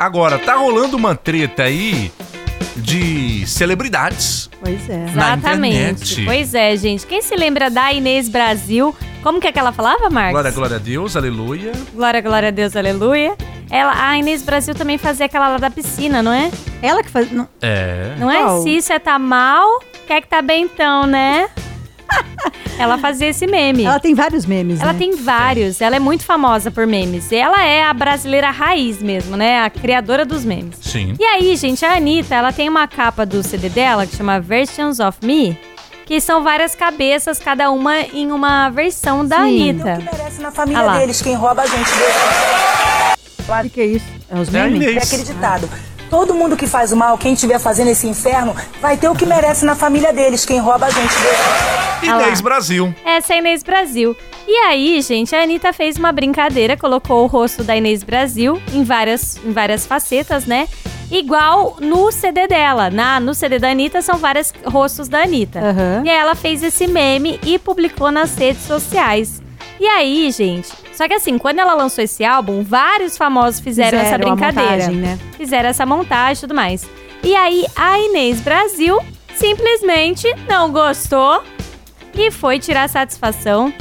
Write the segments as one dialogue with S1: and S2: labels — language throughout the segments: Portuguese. S1: Agora, tá rolando uma treta aí de celebridades.
S2: Pois é.
S1: Na
S3: Exatamente.
S1: internet.
S3: Pois é, gente. Quem se lembra da Inês Brasil? Como que é que ela falava, Marcos?
S1: Glória, glória a Deus, aleluia.
S3: Glória, glória a Deus, aleluia. Ela, a Inês Brasil também fazia aquela lá da piscina, não é?
S2: Ela que faz. não-
S1: É.
S3: Não é?
S2: Qual?
S3: Se isso é tá mal, quer que tá bem então, né? ela fazia esse meme.
S2: Ela tem vários memes.
S3: Ela
S2: né?
S3: tem vários, ela é muito famosa por memes. E ela é a brasileira raiz mesmo, né? A criadora dos memes.
S1: Sim.
S3: E aí, gente, a Anitta, ela tem uma capa do CD dela que chama Versions of Me, que são várias cabeças, cada uma em uma versão da
S2: Sim.
S4: que
S3: Anitta.
S4: merece na
S3: Ah
S4: família
S3: lá.
S4: deles. Quem rouba a gente Deus.
S2: O que, que é isso? É os
S1: É a
S2: memes?
S1: Inês.
S4: é aquele ditado. Todo mundo que faz o mal, quem estiver fazendo esse inferno, vai ter o que merece na família deles. Quem rouba a gente Deus.
S3: Ah lá.
S1: Inês Brasil.
S3: Essa é a Inês Brasil. E aí, gente, a Anitta fez uma brincadeira, colocou o rosto da Inês Brasil em várias, em várias facetas, né? Igual no CD dela. Na, no CD da Anitta são vários rostos da Anitta.
S2: Aham.
S3: E aí ela fez esse meme e publicou nas redes sociais. E aí, gente, só que assim, quando ela lançou esse álbum, vários famosos fizeram, essa
S2: Fizeram a
S3: brincadeira.
S2: montagem, né?
S3: Fizeram essa montagem e tudo mais. E aí, a Inês Brasil simplesmente não gostou e foi tirar satisfação.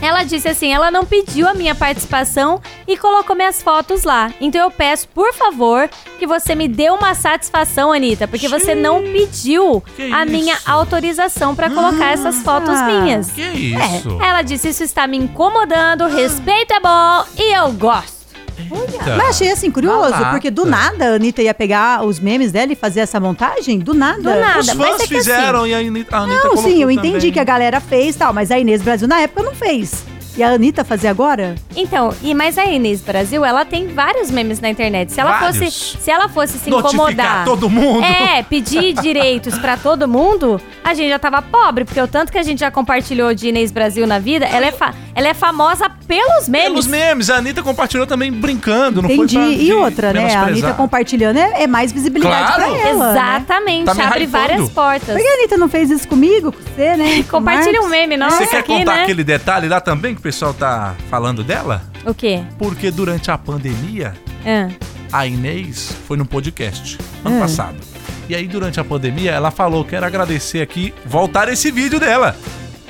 S3: Ela disse assim: ela não pediu a minha participação e colocou minhas fotos lá. Então eu peço, por favor, que você me dê uma satisfação, Anitta, porque você não pediu
S1: que
S3: a minha
S1: isso? Ah.
S3: autorização pra colocar essas fotos minhas.
S2: É,
S1: Que isso?
S3: Ela disse: isso está me incomodando, respeito é bom e eu gosto.
S1: Eita.
S2: Mas é, achei assim curioso,
S1: Babaca.
S2: porque do nada a Anitta ia pegar os memes dela e fazer essa montagem? Do nada.
S3: Do nada.
S1: Os
S3: mas é
S1: fãs
S3: que assim-
S1: fizeram e a Anitta, a Anitta
S2: Não,
S1: colocou
S2: sim, eu entendi
S1: também.
S2: que a galera fez tal, mas a Inês Brasil na época não fez. E a Anitta fazer agora?
S3: Então, e mas a Inês Brasil, ela tem vários memes na internet. Se ela
S1: Vários?
S3: fosse, se ela fosse se
S1: Notificar
S3: incomodar,
S1: todo mundo.
S3: é, pedir direitos pra todo mundo, a gente já tava pobre, porque o tanto que a gente já compartilhou de Inês Brasil na vida, ela é, fa- ela é famosa pelos memes.
S1: Pelos memes, a Anitta compartilhou também brincando, não
S2: Entendi.
S1: foi pra,
S2: E
S1: de
S2: outra, né? A Anitta
S1: menosprezar.
S2: compartilhando é, é mais visibilidade
S1: Claro.
S2: pra ela. Né?
S3: Exatamente,
S1: Tá me
S3: abre
S1: hypando.
S3: várias portas.
S2: Por que a Anitta não fez isso comigo? Com você, né? Com o
S3: Compartilha um
S2: Marcos?
S3: meme, nossa,
S1: Você quer
S3: aqui,
S1: contar
S3: né?
S1: aquele detalhe lá também que o pessoal tá falando dela?
S3: O quê?
S1: Porque durante a pandemia,
S3: Ah.
S1: a Inês foi num podcast
S3: Hum.
S1: ano passado. E aí, durante a pandemia, ela falou: quero agradecer aqui, voltar esse vídeo dela.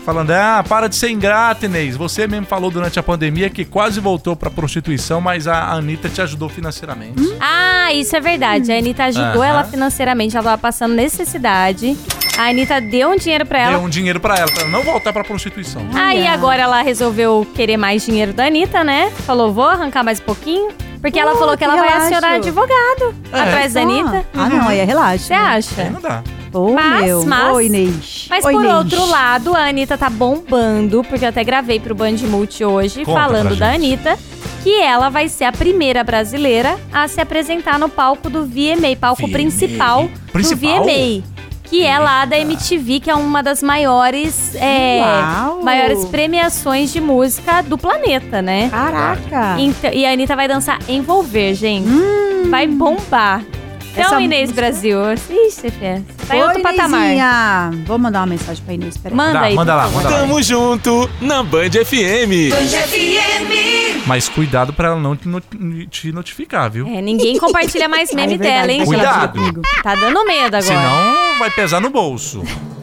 S1: Falando, ah, para de ser ingrata, Inês. Você mesmo falou durante a pandemia que quase voltou pra prostituição, mas a Anitta te ajudou financeiramente.
S3: Ah, isso é verdade. A Anitta ajudou
S1: Aham.
S3: ela financeiramente. Ela tava passando necessidade. A Anitta deu um dinheiro pra ela. Ah,
S1: Deu um dinheiro pra ela, pra ela não voltar pra prostituição.
S3: Aí
S2: Olha.
S3: agora ela resolveu querer mais dinheiro da Anitta, né? Falou, vou arrancar mais um pouquinho. Porque ela
S2: Ah,
S3: falou que
S2: que
S3: ela vai
S2: relaxo.
S3: acionar advogado
S1: É.
S3: atrás da Anitta. Uhum.
S2: Ah, não, aí é relaxa.
S3: Você
S2: né?
S1: Aí
S3: acha?
S1: não dá.
S2: Ô,
S3: Mas,
S2: meu.
S3: mas-
S2: Ô, Inês.
S3: Mas
S2: Ô,
S3: por
S2: Inês.
S3: outro lado, a Anitta tá bombando, porque eu até gravei pro Band Multi hoje,
S1: Conta
S3: falando
S1: pra
S3: da
S1: gente.
S3: Anitta, que ela vai ser a primeira brasileira a se apresentar no palco do VMA, palco
S1: VMA?
S3: principal,
S1: Principal?
S3: do VMA. Que é lá da MTV, que é uma das maiores, é,
S2: Uau.
S3: maiores premiações de música do planeta, né?
S2: Caraca.
S3: Então- e a Anitta vai dançar Envolver, gente. Vai bombar. Então,
S2: Hum. Essa
S3: Inês
S2: música-
S3: Brasil. Ixi, Fê. Tá em
S2: Ô,
S3: outro patamar.
S2: Inezinha. Vou mandar uma mensagem pra Inês, peraí.
S3: Manda
S1: Dá,
S3: aí.
S1: manda
S3: por
S1: lá,
S3: favor.
S1: manda lá.
S5: Tamo junto na Band FM.
S1: Mas cuidado pra ela não te not- te notificar, viu?
S3: É, ninguém compartilha mais meme
S2: É verdade,
S3: dela, hein?
S2: deixa ela
S1: Cuidado.
S2: comigo.
S3: Tá dando medo agora.
S1: Senão vai pesar no bolso.